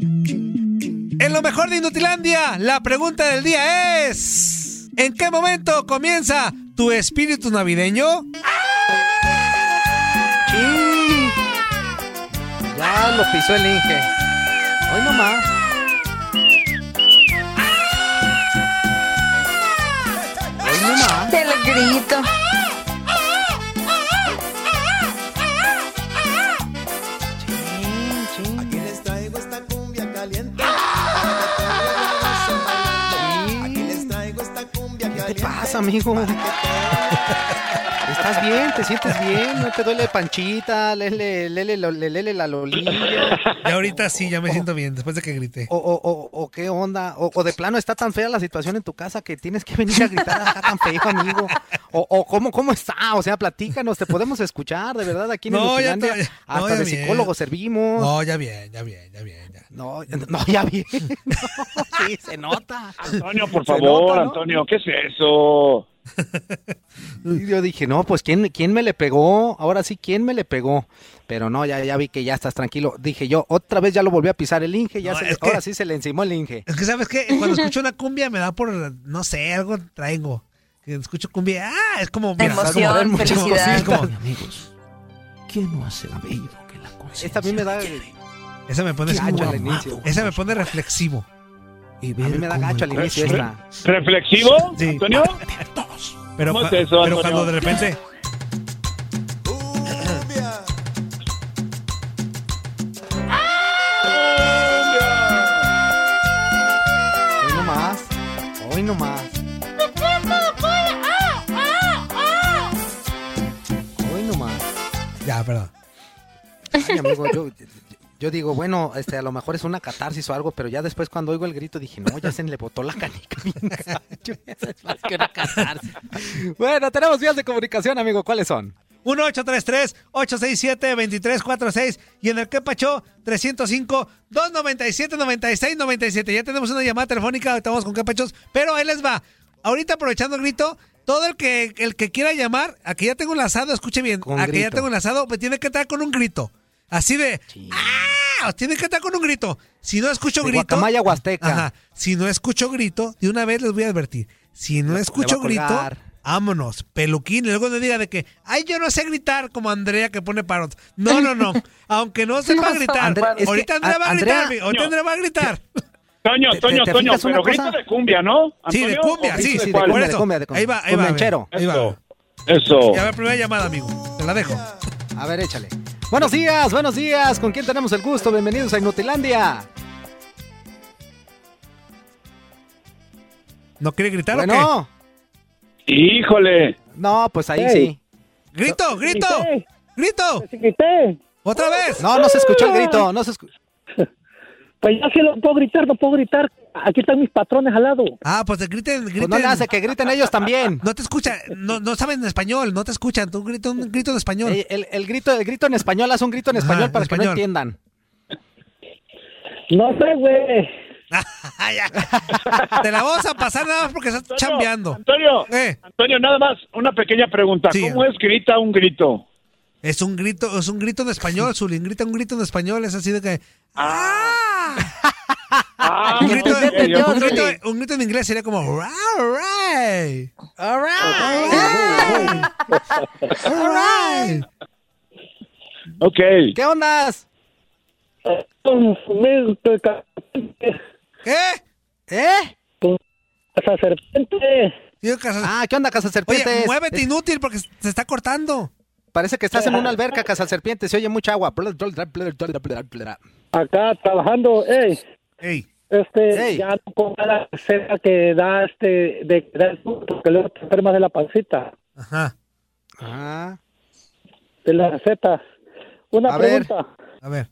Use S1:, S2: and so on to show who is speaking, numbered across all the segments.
S1: En lo mejor de Inutilandia, la pregunta del día es: ¿En qué momento comienza tu espíritu navideño?
S2: Sí. Mm. Ya lo pisó el Inge. Hoy nomás. Hoy nomás.
S3: Del grito.
S2: Chin, chin.
S4: Aquí les traigo esta cumbia caliente. Aquí les traigo esta cumbia
S2: ¿Qué te
S4: caliente.
S2: pasa, amigo? ¿Estás bien? ¿Te sientes bien? ¿No te duele panchita? ¿Lele, lele, lo- le- lele la lolilla?
S1: Y ahorita sí, ya me siento bien, después de que grité.
S2: ¿O, o, o, o qué onda? O, o de plano está tan fea la situación en tu casa que tienes que venir a gritar acá tan feo, amigo? ¿O, o cómo, cómo está? O sea, platícanos, te podemos escuchar, de verdad, aquí en
S1: No, ya
S2: Inutilandia
S1: to- no,
S2: Hasta
S1: ya
S2: de
S1: bien.
S2: psicólogo servimos.
S1: No, ya bien, ya bien, ya bien. Ya.
S2: No, no, ya bien. No, sí, se nota.
S5: Antonio, por
S2: Se
S5: favor,
S2: nota, ¿no?
S5: Antonio, ¿qué es eso?
S2: Y yo dije, no, pues ¿quién, quién me le pegó, ahora sí, ¿quién me le pegó? Pero no, ya, ya vi que ya estás tranquilo. Dije yo, otra vez ya lo volví a pisar el Inge, ya
S1: No,
S2: se-
S1: es que-
S2: ahora sí se le encimó el Inge.
S1: Es que, ¿sabes qué? Cuando escucho una cumbia me da por, no sé, algo traigo. Que escucho cumbia, ah, es como... mira,
S2: Vas a mover
S3: Emoción,
S2: muchas
S3: felicidad.
S1: cositas, como-
S6: amigos, ¿quién no ha sentido que la conciencia
S2: Esta a mí me da
S1: Esa me pone...
S2: gacho al
S6: amado.
S2: inicio.
S1: Esa me pone reflexivo.
S6: y
S2: A mí me da
S6: cómo
S2: gacho al
S6: el
S2: inicio ¿eh?
S6: corazón
S2: esta.
S5: ¿Reflexivo,
S1: Sí.
S5: Antonio?
S6: dos
S1: Pero,
S5: ¿Cómo
S1: cua-
S5: es eso,
S1: pero
S5: Antonio?
S1: cuando de repente...
S4: Cumbia.
S2: Hoy nomás, hoy nomás, hoy nomás.
S1: Ya, perdón.
S2: Ay, amigo, yo, yo digo, bueno, este, a lo mejor es una catarsis o algo, pero ya después cuando oigo el grito dije, no, ya se le botó la canica. bien gacho, esa es más que una catarsis. Bueno, tenemos vías de comunicación, amigo, ¿cuáles son?
S1: 1-833-867-2346 y en el que pachó 305-297-9697. Ya tenemos una llamada telefónica, ahorita vamos con qué pachos, pero ahí les va. Ahorita aprovechando el grito, todo el que el que quiera llamar, aquí ya tengo enlazado, escuche bien,
S2: Con
S1: aquí ya
S2: grito.
S1: tengo enlazado, pues tiene que estar con un grito. Así de, ¡ah! Tiene que estar con un grito. Si no escucho
S2: De
S1: grito...
S2: Guacamaya Huasteca.
S1: Ajá. Si no escucho grito, de una vez les voy a advertir. Si no escucho
S2: a colgar.
S1: grito, vámonos, peluquín. Y luego no diga de que, ay, yo no sé gritar como Andrea que pone parot. No, no, no. Aunque no sepa gritar.
S2: Andrea, es
S1: ahorita
S2: que,
S1: Andrea
S2: a-
S1: va a
S2: Andrea-
S1: gritar. mi- Ahorita
S5: No.
S1: Andrea va a gritar.
S5: Toño,
S2: ¿Te-
S5: Toño,
S2: te
S5: Toño,
S2: fijas una
S5: pero
S2: cosa?
S5: grito de cumbia, ¿no?
S1: Sí, de
S5: Antonio,
S1: cumbia,
S5: ¿o
S1: sí,
S5: grito
S1: sí, de
S5: cuál?
S2: cumbia,
S1: eso.
S2: cumbia, de cumbia.
S1: Ahí va, ahí
S2: Con
S1: va. a ver.
S2: ranchero.
S1: Ahí va.
S5: Eso. Eso.
S1: Ya va la primera llamada, amigo. Te la dejo.
S2: A ver, échale. Buenos días, buenos días. ¿Con quién tenemos el gusto? Bienvenidos a Inutilandia.
S1: ¿No quiere gritar o
S2: bueno,
S5: Híjole.
S2: no, pues ahí
S7: Hey.
S1: qué? ¡Grito, grito!
S7: Grité,
S1: ¡Grito!
S7: sí grité.
S1: ¡Otra vez!
S2: sí. No, no se escuchó el grito. No se escu-
S7: Pues ya si lo puedo gritar, no puedo gritar. Aquí están mis patrones al lado.
S1: Ah, pues griten, griten.
S2: Pues no le hace que griten ellos también.
S1: No te escucha, no, no saben español, no te escuchan. Tú grita un grito en español.
S2: Eh, El, el grito, el grito en español, haz un grito en
S1: Ajá,
S2: español
S1: en
S2: para que no
S1: español.
S2: entiendan.
S7: No sé, güey.
S1: Ah, ya. Te la vamos a pasar nada más porque estás
S5: Antonio,
S1: chambeando.
S5: Antonio,
S1: Eh.
S5: Antonio, nada más una pequeña pregunta.
S1: Sí.
S5: ¿Cómo es grita un grito?
S1: Es un grito, es un grito en español, Zulín. Grita un grito en español, es así de que. ¡Ah!
S5: Ah,
S1: Un
S5: no,
S1: grito,
S5: ok,
S3: entendí,
S5: ok.
S1: un
S3: Zulín.
S1: grito- un grito en inglés sería como. "Ra, right, all right, all right".
S5: Ok.
S2: ¿Qué ondas?
S7: Confundir tu serpiente.
S1: ¿Qué?
S2: ¿Eh?
S7: Esa serpiente.
S1: Digo, Casa-
S2: Ah, ¿qué onda, Casa
S1: Oye,
S2: Serpientes?
S1: muévete
S2: Es-
S1: inútil porque se está cortando.
S2: parece que estás en una alberca, Casa Serpientes. Se oye mucha agua. Pues
S7: Acá trabajando, ey.
S1: Ey.
S7: Este,
S2: Ey.
S7: ya no coma la receta que da este, de que da el sur, porque luego te enfermas de la pancita,
S1: Ajá.
S2: Ah,
S7: de la receta. Una
S2: A ver.
S7: pregunta.
S1: A ver.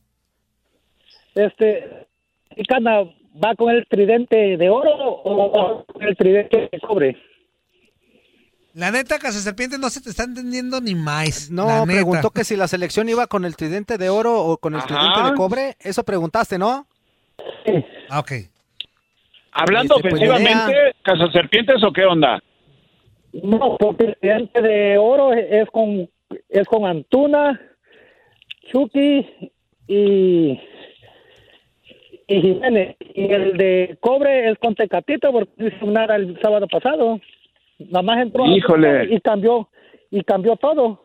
S7: Este, ¿y Cana va con el tridente de oro o va con el tridente de cobre?
S1: La neta, Casa Serpiente, no se te está entendiendo ni más. la
S2: No,
S1: neta.
S2: preguntó que si la selección iba con el tridente de oro o con el
S5: Ajá.
S2: tridente de cobre. Eso preguntaste, ¿no?
S1: Ah, ok.
S5: Hablando
S2: Este, pues,
S5: ofensivamente, ¿Casa Serpientes o qué onda?
S7: No, porque el tridente de oro es, es con es con Antuna, Chucky y y Jiménez. Y el de cobre es con Tecatito porque hizo un ara el sábado pasado. Nada más entró a-
S5: Híjole.
S7: y cambió y cambió todo.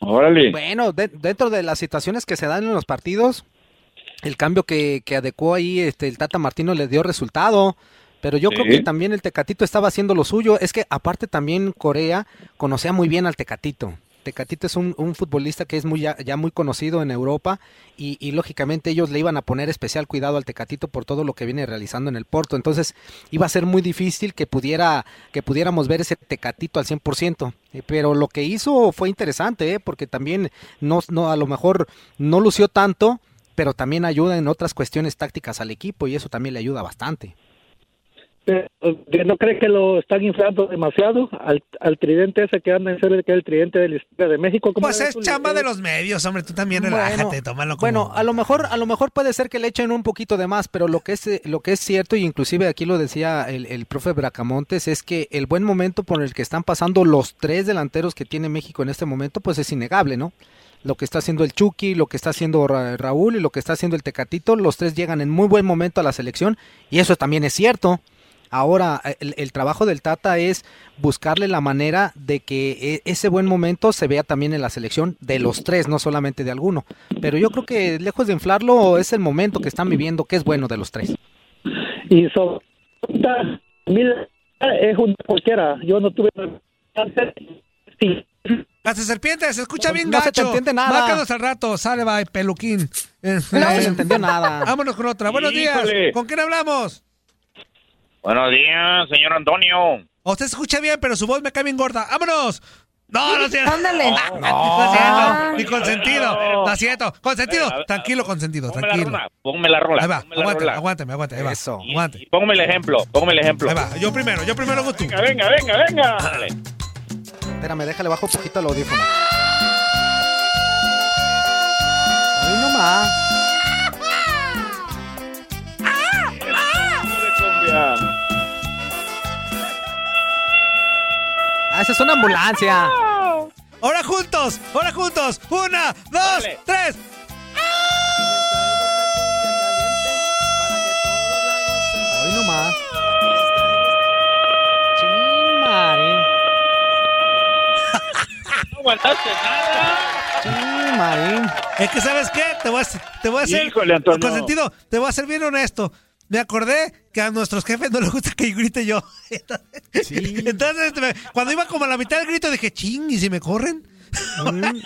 S5: Órale.
S2: Bueno, de- dentro de las situaciones que se dan en los partidos, el cambio que, que adecuó ahí este, el Tata Martino le dio resultado. Pero yo
S5: Sí.
S2: creo que también el Tecatito estaba haciendo lo suyo. Es que aparte también Corea conocía muy bien al Tecatito. Tecatito es un, un futbolista que es muy ya, ya muy conocido en Europa y, y lógicamente ellos le iban a poner especial cuidado al Tecatito por todo lo que viene realizando en el Porto. Entonces iba a ser muy difícil que pudiera que pudiéramos ver ese Tecatito al 100%. Eh, Pero lo que hizo fue interesante, ¿eh? porque también no, no, a lo mejor no lució tanto, pero también ayuda en otras cuestiones tácticas al equipo y eso también le ayuda bastante.
S7: Pero, ¿usted ¿No cree que lo están inflando demasiado al, al tridente ese que anda en serio que es el tridente de la historia de México? ¿Cómo
S1: Pues
S7: le
S1: es
S7: ves tú?
S1: chama de los medios, hombre. Tú también
S2: Bueno,
S1: relájate, tómalo como...
S2: Bueno, a lo mejor, a lo mejor puede ser que le echen un poquito de más, pero lo que es, eh, lo que es cierto, y inclusive aquí lo decía el, el profe Bracamontes, es que el buen momento por el que están pasando los tres delanteros que tiene México en este momento, pues es innegable, ¿no? Lo que está haciendo el Chucky, lo que está haciendo Ra- Raúl y lo que está haciendo el Tecatito, los tres llegan en muy buen momento a la selección, y eso también es cierto. Ahora, eh, el, el trabajo del Tata es buscarle la manera de que e- ese buen momento se vea también en la selección de los tres, no solamente de alguno. Pero yo creo que lejos de inflarlo, es el momento que están viviendo, que es bueno de los tres.
S7: Y sobre mil es un cualquiera. Yo no tuve antes. Sí.
S1: Hasta serpientes, se escucha bien
S2: No se
S1: gacho.
S2: te entiende nada.
S1: Márcanos al rato. Sale, bye, peluquín. Eh,
S2: No se
S1: eh,
S2: entendió nada.
S1: Vámonos con otra. Buenos días.
S5: Híjole.
S1: ¿Con quién hablamos?
S5: Buenos días, señor Antonio.
S1: O Usted se escucha bien, pero su voz me cae bien gorda. ¡Vámonos! No, no es cierto. Ah,
S3: Ándale.
S1: No es cierto.
S3: Ah.
S1: Ni consentido. No es cierto. Consentido. Tranquilo, consentido.
S5: Póngame la
S1: Tranquilo.
S5: rola, póngame la rola.
S1: Ahí va.
S5: póngame la
S1: Aguántame,
S5: rola.
S1: aguántame, aguántame. Ahí va.
S2: Eso.
S5: Y-
S1: Aguante.
S5: y Póngame el ejemplo, póngame el ejemplo.
S1: Ahí va. Yo primero, yo primero hago tú.
S5: Venga, venga, venga, venga. Dale.
S2: Espérame, déjale bajo un poquito el audífono. Hoy nomás. Ah, esa es una ambulancia.
S1: Ahora juntos, ahora juntos. Una, dos,
S5: Dale.
S1: tres.
S2: Hoy nomás. Chin, marín.
S5: No aguantaste nada.
S2: Chin, marín.
S1: Es que, ¿sabes qué? Te voy a, te voy a hacer.
S5: Híjole, Antonio.
S1: Consentido, te voy a ser bien honesto. Me acordé que a nuestros jefes no les gusta que yo grite yo.
S2: Sí.
S1: Entonces, este, me- cuando iba como a la mitad del grito, dije, ching, ¿y si me corren?
S2: Mm.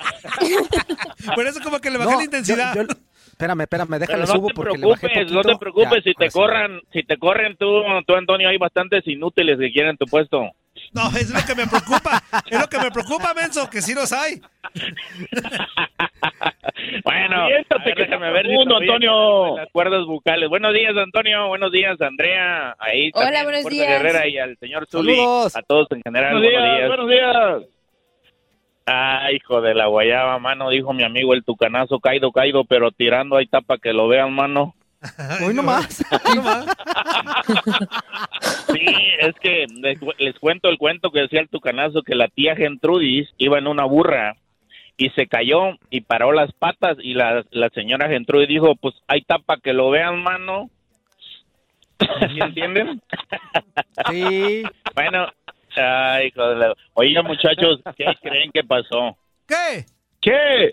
S1: Por eso, como que le bajé
S2: No,
S1: la intensidad.
S2: yo- yo- espérame, espérame, déjale
S5: Pero no
S2: subo
S5: te
S2: porque le bajé
S5: preocupes, no te
S2: poquito.
S5: preocupes
S2: Ya,
S5: si te
S2: ahora sí.
S5: corran, si te corren tú, tú Antonio, hay bastantes inútiles que quieren tu puesto.
S1: No, es lo que me preocupa. es lo que me preocupa, Menso, que sí los hay.
S5: Bueno, a ver, déjame ver si todavía tengo Las cuerdas bucales. Buenos días, Antonio. Buenos días, Andrea. Ahí
S3: Hola,
S5: también,
S3: buenos
S5: Fuerza
S3: días.
S5: Guerrera y al señor Zuli.
S2: Saludos.
S5: A todos en general. Buenos, días, Buenos días. Ay, hijo de la guayaba, mano, dijo mi amigo el tucanazo, caído, caído, pero tirando ahí tapa que lo vean, mano.
S2: Hoy nomás.
S1: Hoy nomás.
S5: Sí, es que les, cu- les cuento el cuento que decía el tucanazo que la tía Gentrudis iba en una burra y se cayó y paró las patas y la, la señora Gentrudis dijo, pues hay tapa que lo vean, mano. ¿Sí entienden?
S2: Sí.
S5: Bueno, ay, hijo de la- Oiga, muchachos, ¿qué creen que pasó?
S1: ¿Qué?
S5: ¿Qué?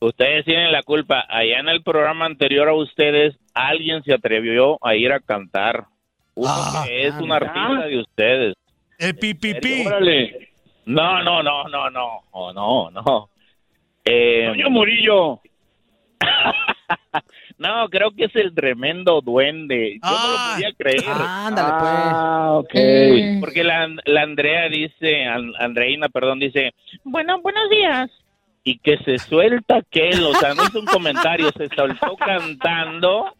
S5: ustedes tienen la culpa. Allá en el programa anterior a ustedes, alguien se atrevió a ir a cantar. Uno
S1: Ah,
S5: que es
S2: ah,
S5: un
S2: mira.
S5: artista de ustedes.
S1: El pipipi.
S5: Órale. No, no, no, no, no, Oh, no, no. Eh, Murillo. no, creo que es el tremendo duende. Yo
S1: Ah.
S5: no lo podía creer.
S2: Ándale, pues.
S4: Ah, ok.
S5: Eh,
S3: Mm.
S5: Porque la, la Andrea dice, An- Andreina, perdón, dice, bueno, buenos días. Y que se suelta que él, o sea, no hizo un comentario, se soltó cantando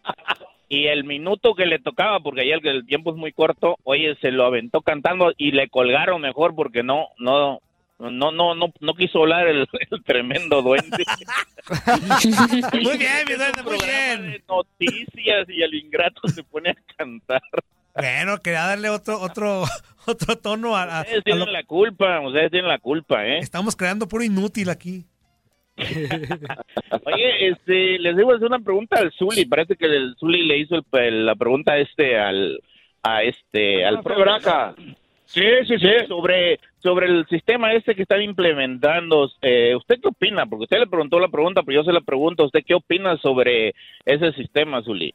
S5: y el minuto que le tocaba, porque ya el, el tiempo es muy corto, oye, se lo aventó cantando y le colgaron mejor porque no, no, no, no, no, no quiso hablar el, el tremendo duende.
S1: Muy bien, mi
S5: Es
S1: duende,
S5: un
S1: muy
S5: programa
S1: bien.
S5: de noticias y el ingrato se pone a cantar.
S1: Bueno, quería darle otro, otro, otro tono a, a- a
S5: Ustedes
S1: lo
S5: tienen la culpa, ustedes tienen la culpa, ¿eh?
S1: Estamos creando puro inútil aquí.
S5: Oye, este, les digo, es una pregunta al Zuli. Parece que el Zuli le hizo el- el- la pregunta este al a
S1: Ah,
S5: este al profe Braca. Sí, sí, sí. Sobre, sobre el sistema este que están implementando, eh, ¿usted qué opina? Porque usted le preguntó la pregunta, pero yo se la pregunto. ¿Usted qué opina sobre ese sistema, Zuli?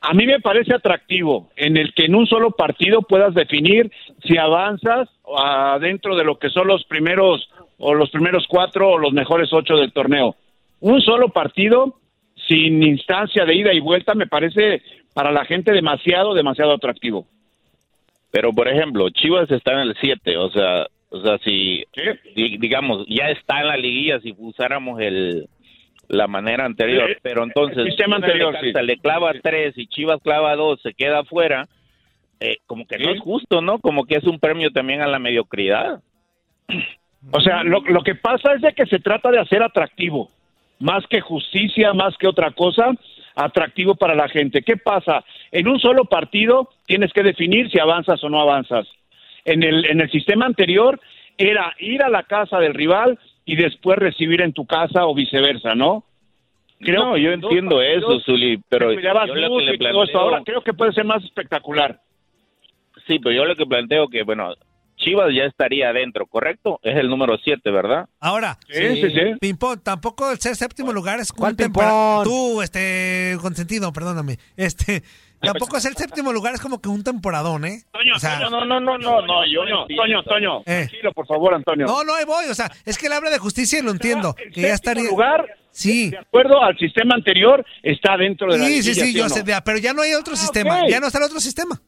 S3: A mí me parece atractivo en el que en un solo partido puedas definir si avanzas a- dentro de lo que son los primeros o los primeros cuatro o los mejores ocho del torneo. Un solo partido sin instancia de ida y vuelta me parece para la gente demasiado, demasiado atractivo.
S5: Pero, por ejemplo, Chivas está en el 7, o sea, o sea, si, di- digamos, ya está en la liguilla si usáramos el la manera anterior,
S3: Sí,
S5: pero entonces
S3: el sistema
S5: Chivas le
S3: anterior,
S5: calza,
S3: sí.
S5: le clava 3 y Chivas clava 2, se queda afuera, eh, como que no
S3: Sí.
S5: es justo, ¿no? Como que es un premio también a la mediocridad.
S3: O sea, lo, lo que pasa es de que se trata de hacer atractivo, más que justicia, más que otra cosa, atractivo para la gente. ¿Qué pasa? En un solo partido tienes que definir si avanzas o no avanzas. En el, en el sistema anterior era ir a la casa del rival y después recibir en tu casa o viceversa, ¿no? Creo
S5: no,
S3: que
S5: yo
S3: en dos
S5: entiendo
S3: partidos
S5: eso, Zuli, pero
S3: te cuidabas
S5: yo lo que
S3: mucho
S5: le
S3: y todo esto.
S5: planteo-
S3: Ahora creo que puede ser más espectacular.
S5: Sí, pero yo lo que planteo que, bueno, Chivas ya estaría adentro, ¿correcto? Es el número 7, ¿verdad?
S1: Ahora,
S3: Sí, sí, sí.
S1: Pimpón, tampoco el ser séptimo lugar es
S2: ¿Cuál
S1: un tempora-
S2: Pimpón?
S1: Tú, este, consentido, perdóname. Este,
S3: pues,
S1: tampoco ser séptimo lugar es como que un temporadón, ¿eh? O sea,
S3: no, no, no, no, no, yo no. Toño, Toño,
S1: Eh.
S3: tranquilo, por favor, Antonio.
S1: no, no, ahí voy. O sea, es que él habla de justicia y lo entiendo.
S3: En
S1: Que ya
S3: séptimo
S1: estaría.
S3: lugar,
S1: Sí.
S3: de acuerdo al sistema anterior, está dentro de la
S1: Sí, sí,
S3: liguilla,
S1: sí,
S3: o
S1: yo
S3: no?
S1: sé, vea, pero ya no hay otro sistema,
S3: ok.
S1: ya no está el otro sistema.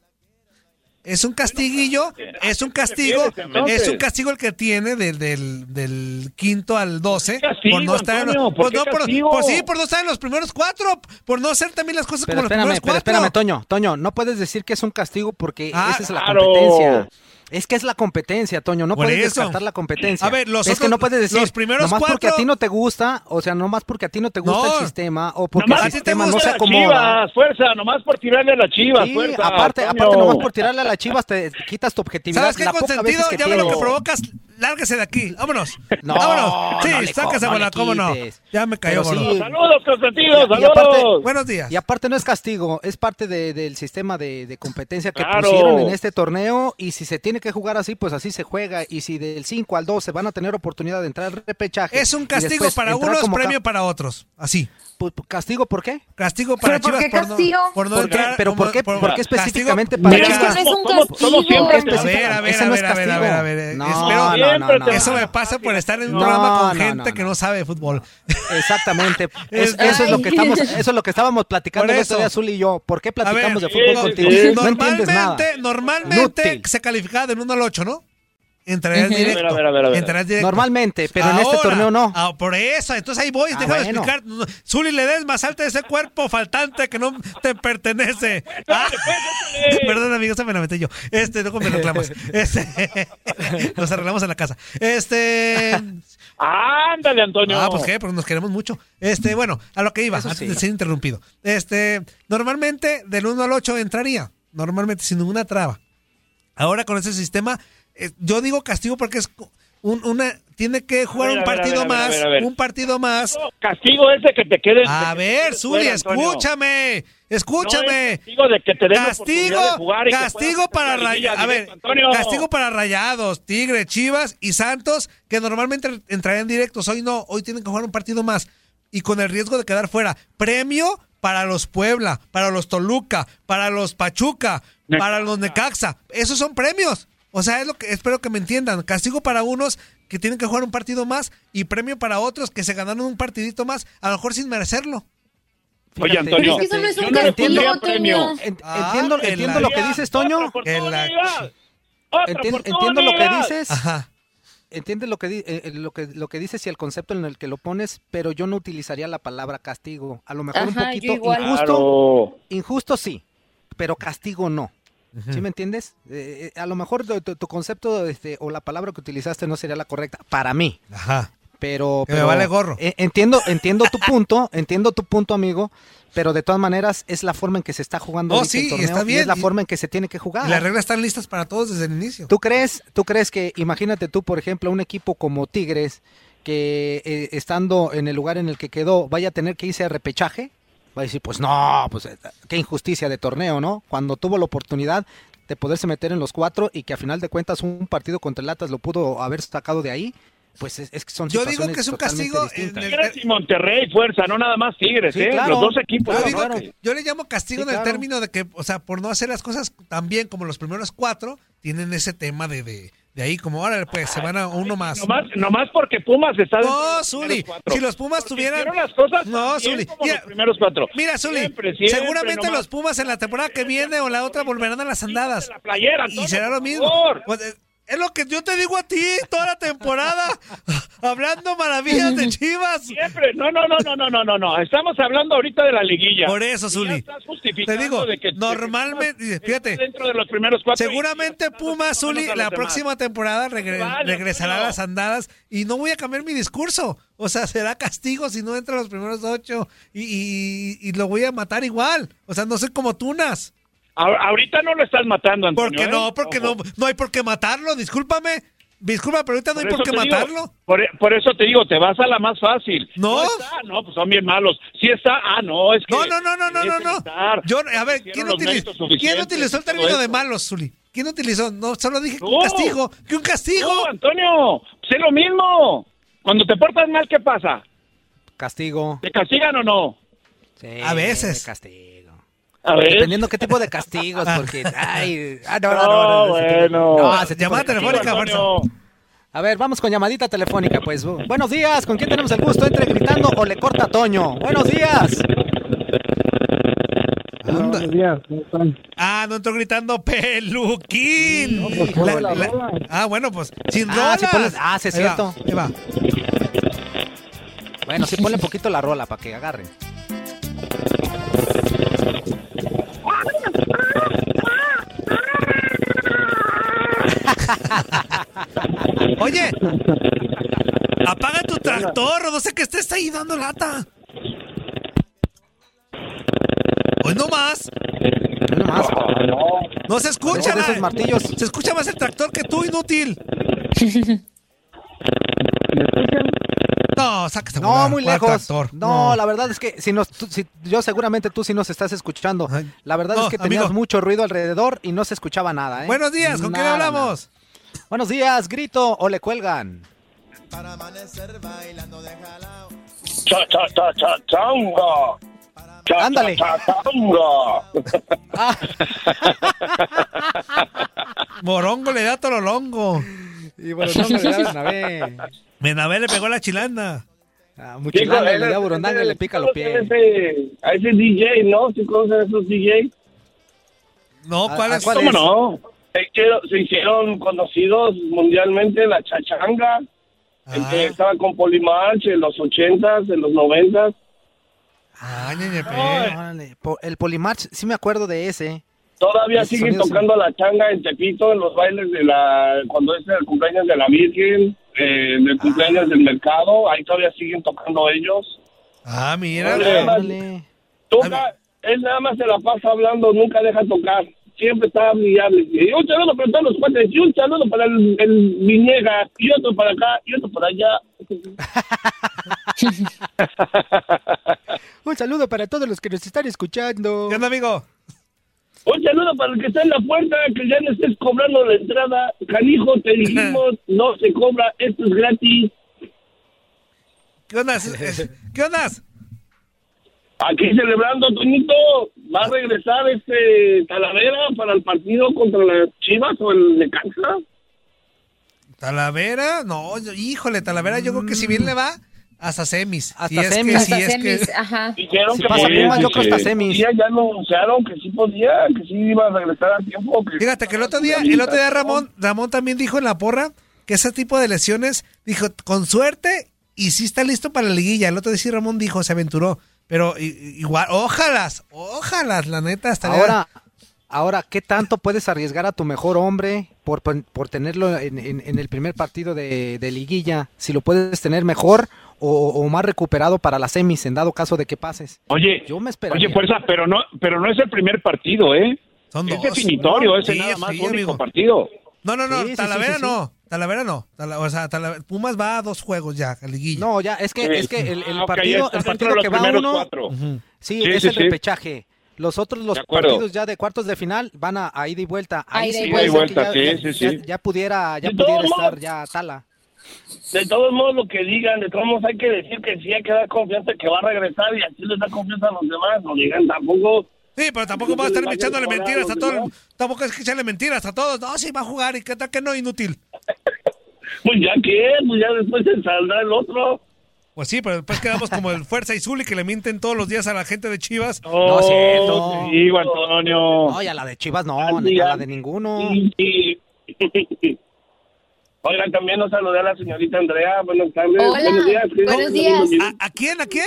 S1: Es un castiguillo, es un castigo,
S3: refieres, entonces?
S1: es un castigo el que tiene del, del, del quinto al doce
S3: qué castigo,
S1: por no estar en los-
S3: Antonio? ¿Por
S1: pues
S3: qué
S1: no, por-
S3: castigo?
S1: pues sí, por no estar en los primeros cuatro, por no hacer también las cosas
S2: Pero
S1: como
S2: espérame,
S1: los
S2: pero
S1: primeros
S2: espérame,
S1: cuatro.
S2: Toño, Toño, no puedes decir que es un castigo porque
S1: Ah,
S2: esa es la
S3: claro.
S2: competencia. Es que es la competencia, Toño, no
S1: Por
S2: puedes
S1: eso.
S2: descartar la competencia.
S1: A ver, los
S2: es que
S1: otros-
S2: no puedes decir,
S1: los primeros
S2: nomás porque a
S1: cuatro-
S2: ti no te gusta, o sea, nomás porque a ti no te gusta
S1: No.
S2: el sistema o porque
S1: Nomás
S2: el
S1: a ti te
S2: sistema no
S1: gusta
S2: se
S1: la
S2: acomoda.
S3: Chivas, fuerza, nomás por tirarle a la Chivas,
S2: Sí,
S3: fuerza.
S2: aparte,
S3: Toño.
S2: aparte nomás por tirarle a las Chivas te quitas tu objetividad.
S1: ¿Sabes qué
S2: la poca
S1: consentido?
S2: veces que
S1: Ya ve lo que
S2: tienes.
S1: provocas, lárguese de aquí, vámonos.
S2: No,
S1: vámonos. Sí,
S2: no le co-
S1: sácase,
S2: no le
S1: bola, cómo no.
S2: quites.
S1: Ya me cayó,
S2: Pero sí,
S1: gordo.
S3: Saludos, Constantino,
S2: Y- y aparte-
S3: saludos.
S1: Buenos días.
S2: Y aparte no es castigo, es parte de- del sistema de, de competencia que
S3: Claro.
S2: pusieron en este torneo y si se tiene que jugar así, pues así se juega y si del 5 al 12 van a tener oportunidad de entrar al repechaje.
S1: Es un
S2: y
S1: castigo
S2: después
S1: para
S2: entrar
S1: unos,
S2: como ca-
S1: premio para otros. Así.
S2: pu- pu- ¿Castigo por qué?
S1: Castigo para
S8: ¿Pero por
S1: Chivas
S8: qué
S1: por no,
S8: castigo?
S1: por no
S2: ¿Por qué?
S1: entrar.
S2: ¿Pero por
S1: como-
S2: qué, por qué
S1: castigo-
S2: específicamente
S1: Pero
S2: para
S8: Pero es
S2: Chivas?
S8: que no es un
S3: Somos-
S8: castigo.
S3: somos siempre
S2: ¿Por
S1: A
S2: qué
S1: ver,
S2: específica-
S1: a ver,
S2: ese
S1: a
S2: no
S1: ver,
S2: es
S1: a ver, a ver, a ver.
S2: castigo.
S1: Espero-
S2: No, no, no, no, no.
S1: Eso me pasa por estar en un
S2: No,
S1: programa con
S2: no,
S1: gente
S2: no,
S1: que
S2: no.
S1: no sabe de fútbol.
S2: Exactamente. Es-
S1: Ay.
S2: eso, es lo que estamos, eso es lo que estábamos platicando
S1: Por
S2: el otro
S1: eso.
S2: día, Zul y yo. ¿Por qué
S1: A ver, eh,
S2: platicamos de fútbol
S3: sí,
S2: contigo?
S3: sí.
S2: No entiendes nada.
S1: normalmente, normalmente
S2: Inútil.
S1: se calificaba del 1 al 8, ¿no? Entrarías
S8: Ujú.
S1: directo.
S3: A ver, a ver, a ver.
S1: Entrarías directo.
S2: Normalmente, pero en este
S1: Ahora,
S2: torneo no.
S1: ah, por eso, entonces ahí voy,
S2: Ah,
S1: déjame
S2: bueno.
S1: explicar. Zuli le des más alta ese cuerpo faltante que no te pertenece. Ah, Perdón, amigo, esa me la metí yo. Este, luego me reclamas. Este, nos arreglamos en la casa. Este.
S3: Ándale, Antonio.
S1: Ah, pues qué, porque nos queremos mucho. Este, bueno, a lo que iba,
S2: Eso
S1: antes
S2: sí.
S1: de ser interrumpido. Este, normalmente del 1 al 8 entraría, normalmente sin ninguna traba. Ahora con ese sistema, eh, yo digo castigo porque es un- una tiene que jugar
S3: ver,
S1: un
S3: a ver,
S1: partido
S3: a ver, a
S1: más,
S3: ver, a ver. este,
S1: un partido más.
S3: Castigo ese que te quede.
S1: A ver, Zuli,
S3: escucha
S1: escúchame,
S3: No este, es
S1: escúchame.
S3: castigo de que te den la
S1: Castigo,
S3: oportunidad de jugar y que
S1: castigo
S3: puedas
S1: para
S3: hacer la liguilla
S1: rayados, a ver,
S3: directo, Antonio.
S1: castigo para rayados, Tigre, Chivas y Santos, que normalmente entrarían directos, hoy no, hoy tienen que jugar un partido más y con el riesgo de quedar fuera. Premio para los Puebla, para los Toluca, para los Pachuca,
S3: Necaxa.
S1: para los Necaxa, esos son premios. O sea, es lo que espero que me entiendan. Castigo para unos que tienen que jugar un partido más y premio para otros que se ganaron un partidito más, a lo mejor sin merecerlo.
S3: Oye,
S2: Fíjate,
S3: Antonio.
S2: fíjate.
S8: Eso no es un
S3: Yo no le
S8: castigo,
S3: pondría premio.
S8: Toño.
S2: Ent-
S1: Ah,
S2: entiendo
S1: que
S2: entiendo
S1: la-
S2: lo que dices, Toño.
S3: Otra
S1: Que la-
S3: oportunidad. Otra
S2: Entien- entiendo lo que
S3: oportunidad.
S2: dices.
S1: Ajá.
S2: Entiendes lo que, di- eh, eh, lo que lo que dices y el concepto en el que lo pones, pero yo no utilizaría la palabra castigo. A lo mejor un
S8: Ajá, yo
S2: poquito
S8: igual.
S2: injusto,
S3: Claro.
S2: injusto sí, pero castigo no. ¿Sí me entiendes? Eh, eh, a lo mejor tu, tu- tu concepto este, o la palabra que utilizaste no sería la correcta para mí,
S1: Ajá.
S2: pero,
S1: Que me
S2: pero,
S1: vale gorro.
S2: eh, entiendo entiendo tu punto, entiendo tu punto, amigo, pero de todas maneras es la forma en que se está jugando
S1: Oh,
S2: ahorita
S1: sí,
S2: el torneo
S1: está
S2: y
S1: bien,
S2: es la
S1: y-
S2: forma en que se tiene que jugar.
S1: Y las reglas están listas para todos desde el inicio.
S2: ¿Tú crees, tú crees que, imagínate tú, por ejemplo, un equipo como Tigres, que eh, estando en el lugar en el que quedó vaya a tener que irse a repechaje, va a decir, pues no, pues eh, qué injusticia de torneo, ¿no? Cuando tuvo la oportunidad de poderse meter en los cuatro y que a final de cuentas un partido contra el Atlas lo pudo haber sacado de ahí, pues es, es que son
S1: Yo digo
S2: situaciones
S1: que es un
S2: totalmente
S1: castigo en
S2: distintas.
S1: el-
S3: Tigres y Monterrey, fuerza, no nada más Tigres,
S2: Sí,
S3: ¿eh?
S2: claro.
S3: Los dos equipos.
S2: Claro,
S1: Yo,
S3: ¿no?
S1: digo-
S2: claro.
S1: yo le llamo castigo
S2: Sí,
S1: en el
S2: claro.
S1: término de que, o sea, por no hacer las cosas tan bien como los primeros cuatro, tienen ese tema de, de, de ahí, como ahora pues se van a uno más.
S3: Nomás, nomás porque Pumas está... dentro de
S1: No,
S3: los
S1: Oh, Zuli,
S3: primeros cuatro.
S1: si los Pumas
S3: Porque
S1: tuvieran...
S3: hicieron las cosas
S1: no,
S3: no,
S1: Zuli.
S3: como
S1: Mira,
S3: los primeros cuatro.
S1: mira, Zuli,
S3: Siempre, siempre,
S1: seguramente
S3: nomás.
S1: los Pumas en la temporada que viene o la otra volverán a las andadas.
S3: Quítate la playera,
S1: Y
S3: Antonio,
S1: será lo
S3: por
S1: mismo.
S3: favor.
S1: Pues, eh, es lo que yo te digo a ti toda la temporada, hablando maravillas de Chivas.
S3: Siempre, no, no, no, no, no, no, no, no. Estamos hablando ahorita de la liguilla.
S1: Por eso,
S3: Ya
S1: Zuli.
S3: estás justificando
S1: Te digo,
S3: de que- de que
S1: normalmente-
S3: estás-
S1: fíjate.
S3: estás dentro de los primeros cuatro. y
S1: Seguramente
S3: estás
S1: Pumas,
S3: dando menos
S1: Zuli,
S3: a los
S1: la
S3: demás.
S1: próxima temporada regre-
S3: Vale,
S1: regresará a
S3: Antonio.
S1: las andadas y no voy a cambiar mi discurso. O sea, será castigo si no entra los primeros ocho y, y- y lo voy a matar igual. O sea, no soy como Tunas.
S3: A- Ahorita no lo estás matando, Antonio.
S1: Porque
S3: ¿eh?
S1: no, porque no,
S3: Ojo.
S1: no hay por qué matarlo, discúlpame. Disculpa, pero ahorita no hay por qué
S3: eso te digo,
S1: matarlo.
S3: por, por eso te digo, te vas a la más fácil.
S1: No.
S3: está, no, pues son bien malos. Sí está, ah, no, es que.
S1: No, no, no, no, no, no,
S3: debes
S1: no.
S3: estar.
S1: Yo, a ver,
S3: Hicieron
S1: ¿quién,
S3: los
S1: utiliz-
S3: méritos
S1: ¿quién
S3: suficientes,
S1: utilizó el
S3: todo
S1: término de
S3: eso.
S1: malos, Zuli? ¿Quién utilizó? No, solo dije que un
S3: No.
S1: castigo, que un castigo.
S3: No, Antonio, pues es lo mismo. Cuando te portas mal, ¿qué pasa?
S2: Castigo.
S3: ¿Te castigan o no?
S2: Sí,
S1: A veces.
S2: Castigo.
S3: A ver.
S2: Dependiendo qué tipo de castigos, porque. Ay, ah, no, no, no, no,
S3: No,
S2: no, ese tipo-
S3: bueno.
S2: no, ese tipo
S1: Llamada
S2: de castigo.
S1: telefónica.
S3: Antonio.
S2: A ver, vamos con llamadita telefónica, pues. Bu- Buenos días, ¿con quién tenemos el gusto? Entre gritando o le corta a Toño. Buenos días.
S1: Anda.
S8: Buenos días, ¿cómo están?
S1: Ah, no estoy gritando peluquín. La-
S8: pues, pongo la
S1: la-
S8: rola.
S1: ah, bueno, pues sin
S2: Ah,
S1: rolas.
S2: si pones- ah, sí, es
S1: Ahí va,
S2: cierto.
S1: ahí va.
S2: Bueno, sí, ponle poquito la rola para que agarre.
S1: Oye, apaga tu tractor o no sé qué estés ahí dando lata. Hoy no más.
S2: Uno más.
S1: No se escucha.
S2: Parece de
S1: la-
S2: esos martillos.
S1: Se escucha más el tractor que tú, inútil. No, sácate a
S2: No,
S1: volar,
S2: muy
S1: ¿cuál
S2: lejos.
S1: tractor?
S2: No, la verdad es que si nos, tú- si, yo seguramente tú sí nos estás escuchando.
S1: Ay.
S2: La verdad
S1: No,
S2: es que tenías
S1: amigo.
S2: mucho ruido alrededor y no se escuchaba nada. ¿eh?
S1: Buenos días, ¿con quién
S2: Nada,
S1: hablamos?
S2: nada. Buenos días, grito o le cuelgan.
S4: Para amanecer bailando de jalao.
S5: Cha, cha, cha, cha, changa. Cha, cha,
S2: Ándale.
S5: cha, changa.
S2: Ah,
S1: Morongo le da torolongo.
S2: y bueno, no me graben a ver.
S1: Menabé le pegó la chilanda.
S2: Ah,
S3: Chico,
S2: Muchilanga,
S3: él
S2: le
S3: es-
S2: da burundanga y le pica los pies.
S3: Ese- A ese DJ, ¿no? ¿Sí conocen a esos DJ?
S1: No,
S2: ¿A-
S1: ¿cuál
S2: a
S1: es?
S2: cuál
S3: ¿Cómo
S2: es?
S3: no?
S9: se hicieron, se hicieron conocidos mundialmente la chachanga, el que
S1: Ah.
S9: estaba con Polimarch en los 80s, en los 90s.
S1: Ay, ñeñe, Ah, pe.
S2: Eh, Órale, po- el Polimarch, sí me acuerdo de ese.
S9: Todavía
S2: Ese
S9: siguen
S2: sonido sí.
S9: tocando la changa en Tepito, en los bailes de la. cuando es el cumpleaños de la Virgen, eh, en el cumpleaños del mercado, ahí todavía siguen tocando ellos.
S1: Ah, mira.
S9: Órale.
S1: güey.
S2: Órale.
S9: Toca, él nada más se la pasa hablando, nunca deja tocar. Siempre está brillable. Y un saludo para todos los cuates, y un saludo para el, el Viñega, y otro para acá, y otro para allá.
S2: Un saludo para todos los que nos están escuchando.
S1: ¿Qué onda, amigo?
S9: Un saludo para el que está en la puerta, que ya no estés cobrando la entrada. Canijo, te dijimos, no se cobra, esto es gratis.
S1: ¿Qué onda? Eh, ¿Qué onda?
S9: Aquí celebrando, Toñito, va a regresar este Talavera para el partido contra las Chivas o el Necaxa.
S1: ¿Talavera? No, yo- híjole, Talavera, yo creo que si bien le va, hasta semis.
S2: Hasta
S1: Si es que-
S2: semis.
S1: si
S2: Hasta
S1: es
S10: Hasta
S1: que-
S10: semis, ajá.
S9: Dijeron
S2: Si
S9: que
S2: pasa
S9: podía,
S2: Pumas, yo
S9: que
S2: creo hasta
S9: sí
S2: semis.
S9: podía, Ya lo anunciaron que sí podía, que sí iba a regresar a tiempo. que-
S1: Fíjate que el otro día, el otro día Ramón, Ramón también dijo en la porra que ese tipo de lesiones, dijo, con suerte, y sí está listo para la liguilla. El otro día sí Ramón dijo, se aventuró. Pero i- i- igual, ojalas, ojalas, la neta, hasta
S2: Ahora, ahora, ¿qué tanto puedes arriesgar a tu mejor hombre por, pon- por tenerlo en, en- en el primer partido de, de liguilla? Si lo puedes tener mejor o, o más recuperado para las semis, en dado caso de que pases.
S3: Oye,
S2: Yo me esperaría.
S3: oye, fuerza, pero no, pero no es el primer partido, ¿eh?
S1: son
S3: Es
S1: dos.
S3: definitorio,
S1: ¿no?
S3: ese
S1: Sí,
S3: nada más
S1: sí,
S3: único
S1: amigo.
S3: partido.
S1: No, no, no,
S2: Sí, sí, sí,
S1: Talavera
S2: sí, sí.
S1: no. Talavera no. Tala- o sea, Tala- Pumas va a dos juegos ya, a liguilla.
S2: No, ya, es que,
S9: Sí.
S2: es que el, el
S9: Ah, ok, ya
S2: partido,
S9: está
S2: el
S9: dentro
S2: partido
S9: de los
S2: que va
S9: primeros
S2: uno,
S9: cuatro.
S1: Ujú.
S2: sí,
S9: Sí,
S2: es
S9: sí,
S2: el
S9: sí.
S2: repechaje. Los otros, los
S9: De acuerdo.
S2: partidos ya de cuartos de final, van a, a ida y vuelta. Ahí
S8: Ida
S2: sí
S8: y
S2: puede
S9: vuelta.
S2: ser que
S9: Ida
S2: ya,
S9: y vuelta, sí,
S2: ya-
S9: sí, sí.
S2: ya- ya pudiera, ya
S9: De
S2: pudiera
S9: todos
S2: estar
S9: modos.
S2: ya Tala.
S9: De todos modos, lo que digan, de todos modos hay que decir que sí hay que dar confianza que va a regresar y así les da confianza a los demás. No digan tampoco.
S1: Sí, pero tampoco va a estar
S9: Vayan
S1: echándole
S9: a jugar a
S1: mentiras a
S9: los
S1: todo el-
S9: demás.
S1: Tampoco es que echarle mentiras a todos. No, sí, va a jugar y que tal que no, inútil.
S9: Pues ya que, pues ya después se saldrá el otro.
S1: Pues sí, pero después quedamos como el Fuerza y Zuli que le mienten todos los días a la gente de Chivas.
S2: No es cierto.
S9: te digo, Oh, Antonio.
S2: No, y a la de Chivas no, ni
S9: Así
S2: a
S9: ya.
S2: la de ninguno.
S9: Sí, sí. Oigan, también nos saludé a la señorita Andrea. Buenas tardes.
S8: Hola,
S9: buenos días. ¿qué?
S8: buenos días.
S1: ¿A, a quién? ¿A quién?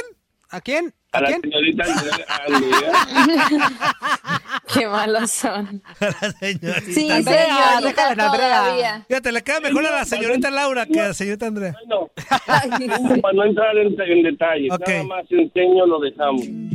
S2: ¿A quién?
S9: A
S2: ¿A
S9: la
S2: quién?
S9: señorita Andrea. Ah,
S8: Qué malos son.
S1: A la señorita.
S8: Sí,
S2: Andrea,
S8: señorita,
S2: déjala en Andrea.
S8: todavía.
S1: Fíjate, le queda mejor a la señorita Laura que a la señorita Andrea.
S9: Bueno,
S8: Ay, sí.
S9: para no entrar en, en detalle,
S1: Ok.
S9: nada más enseño lo dejamos.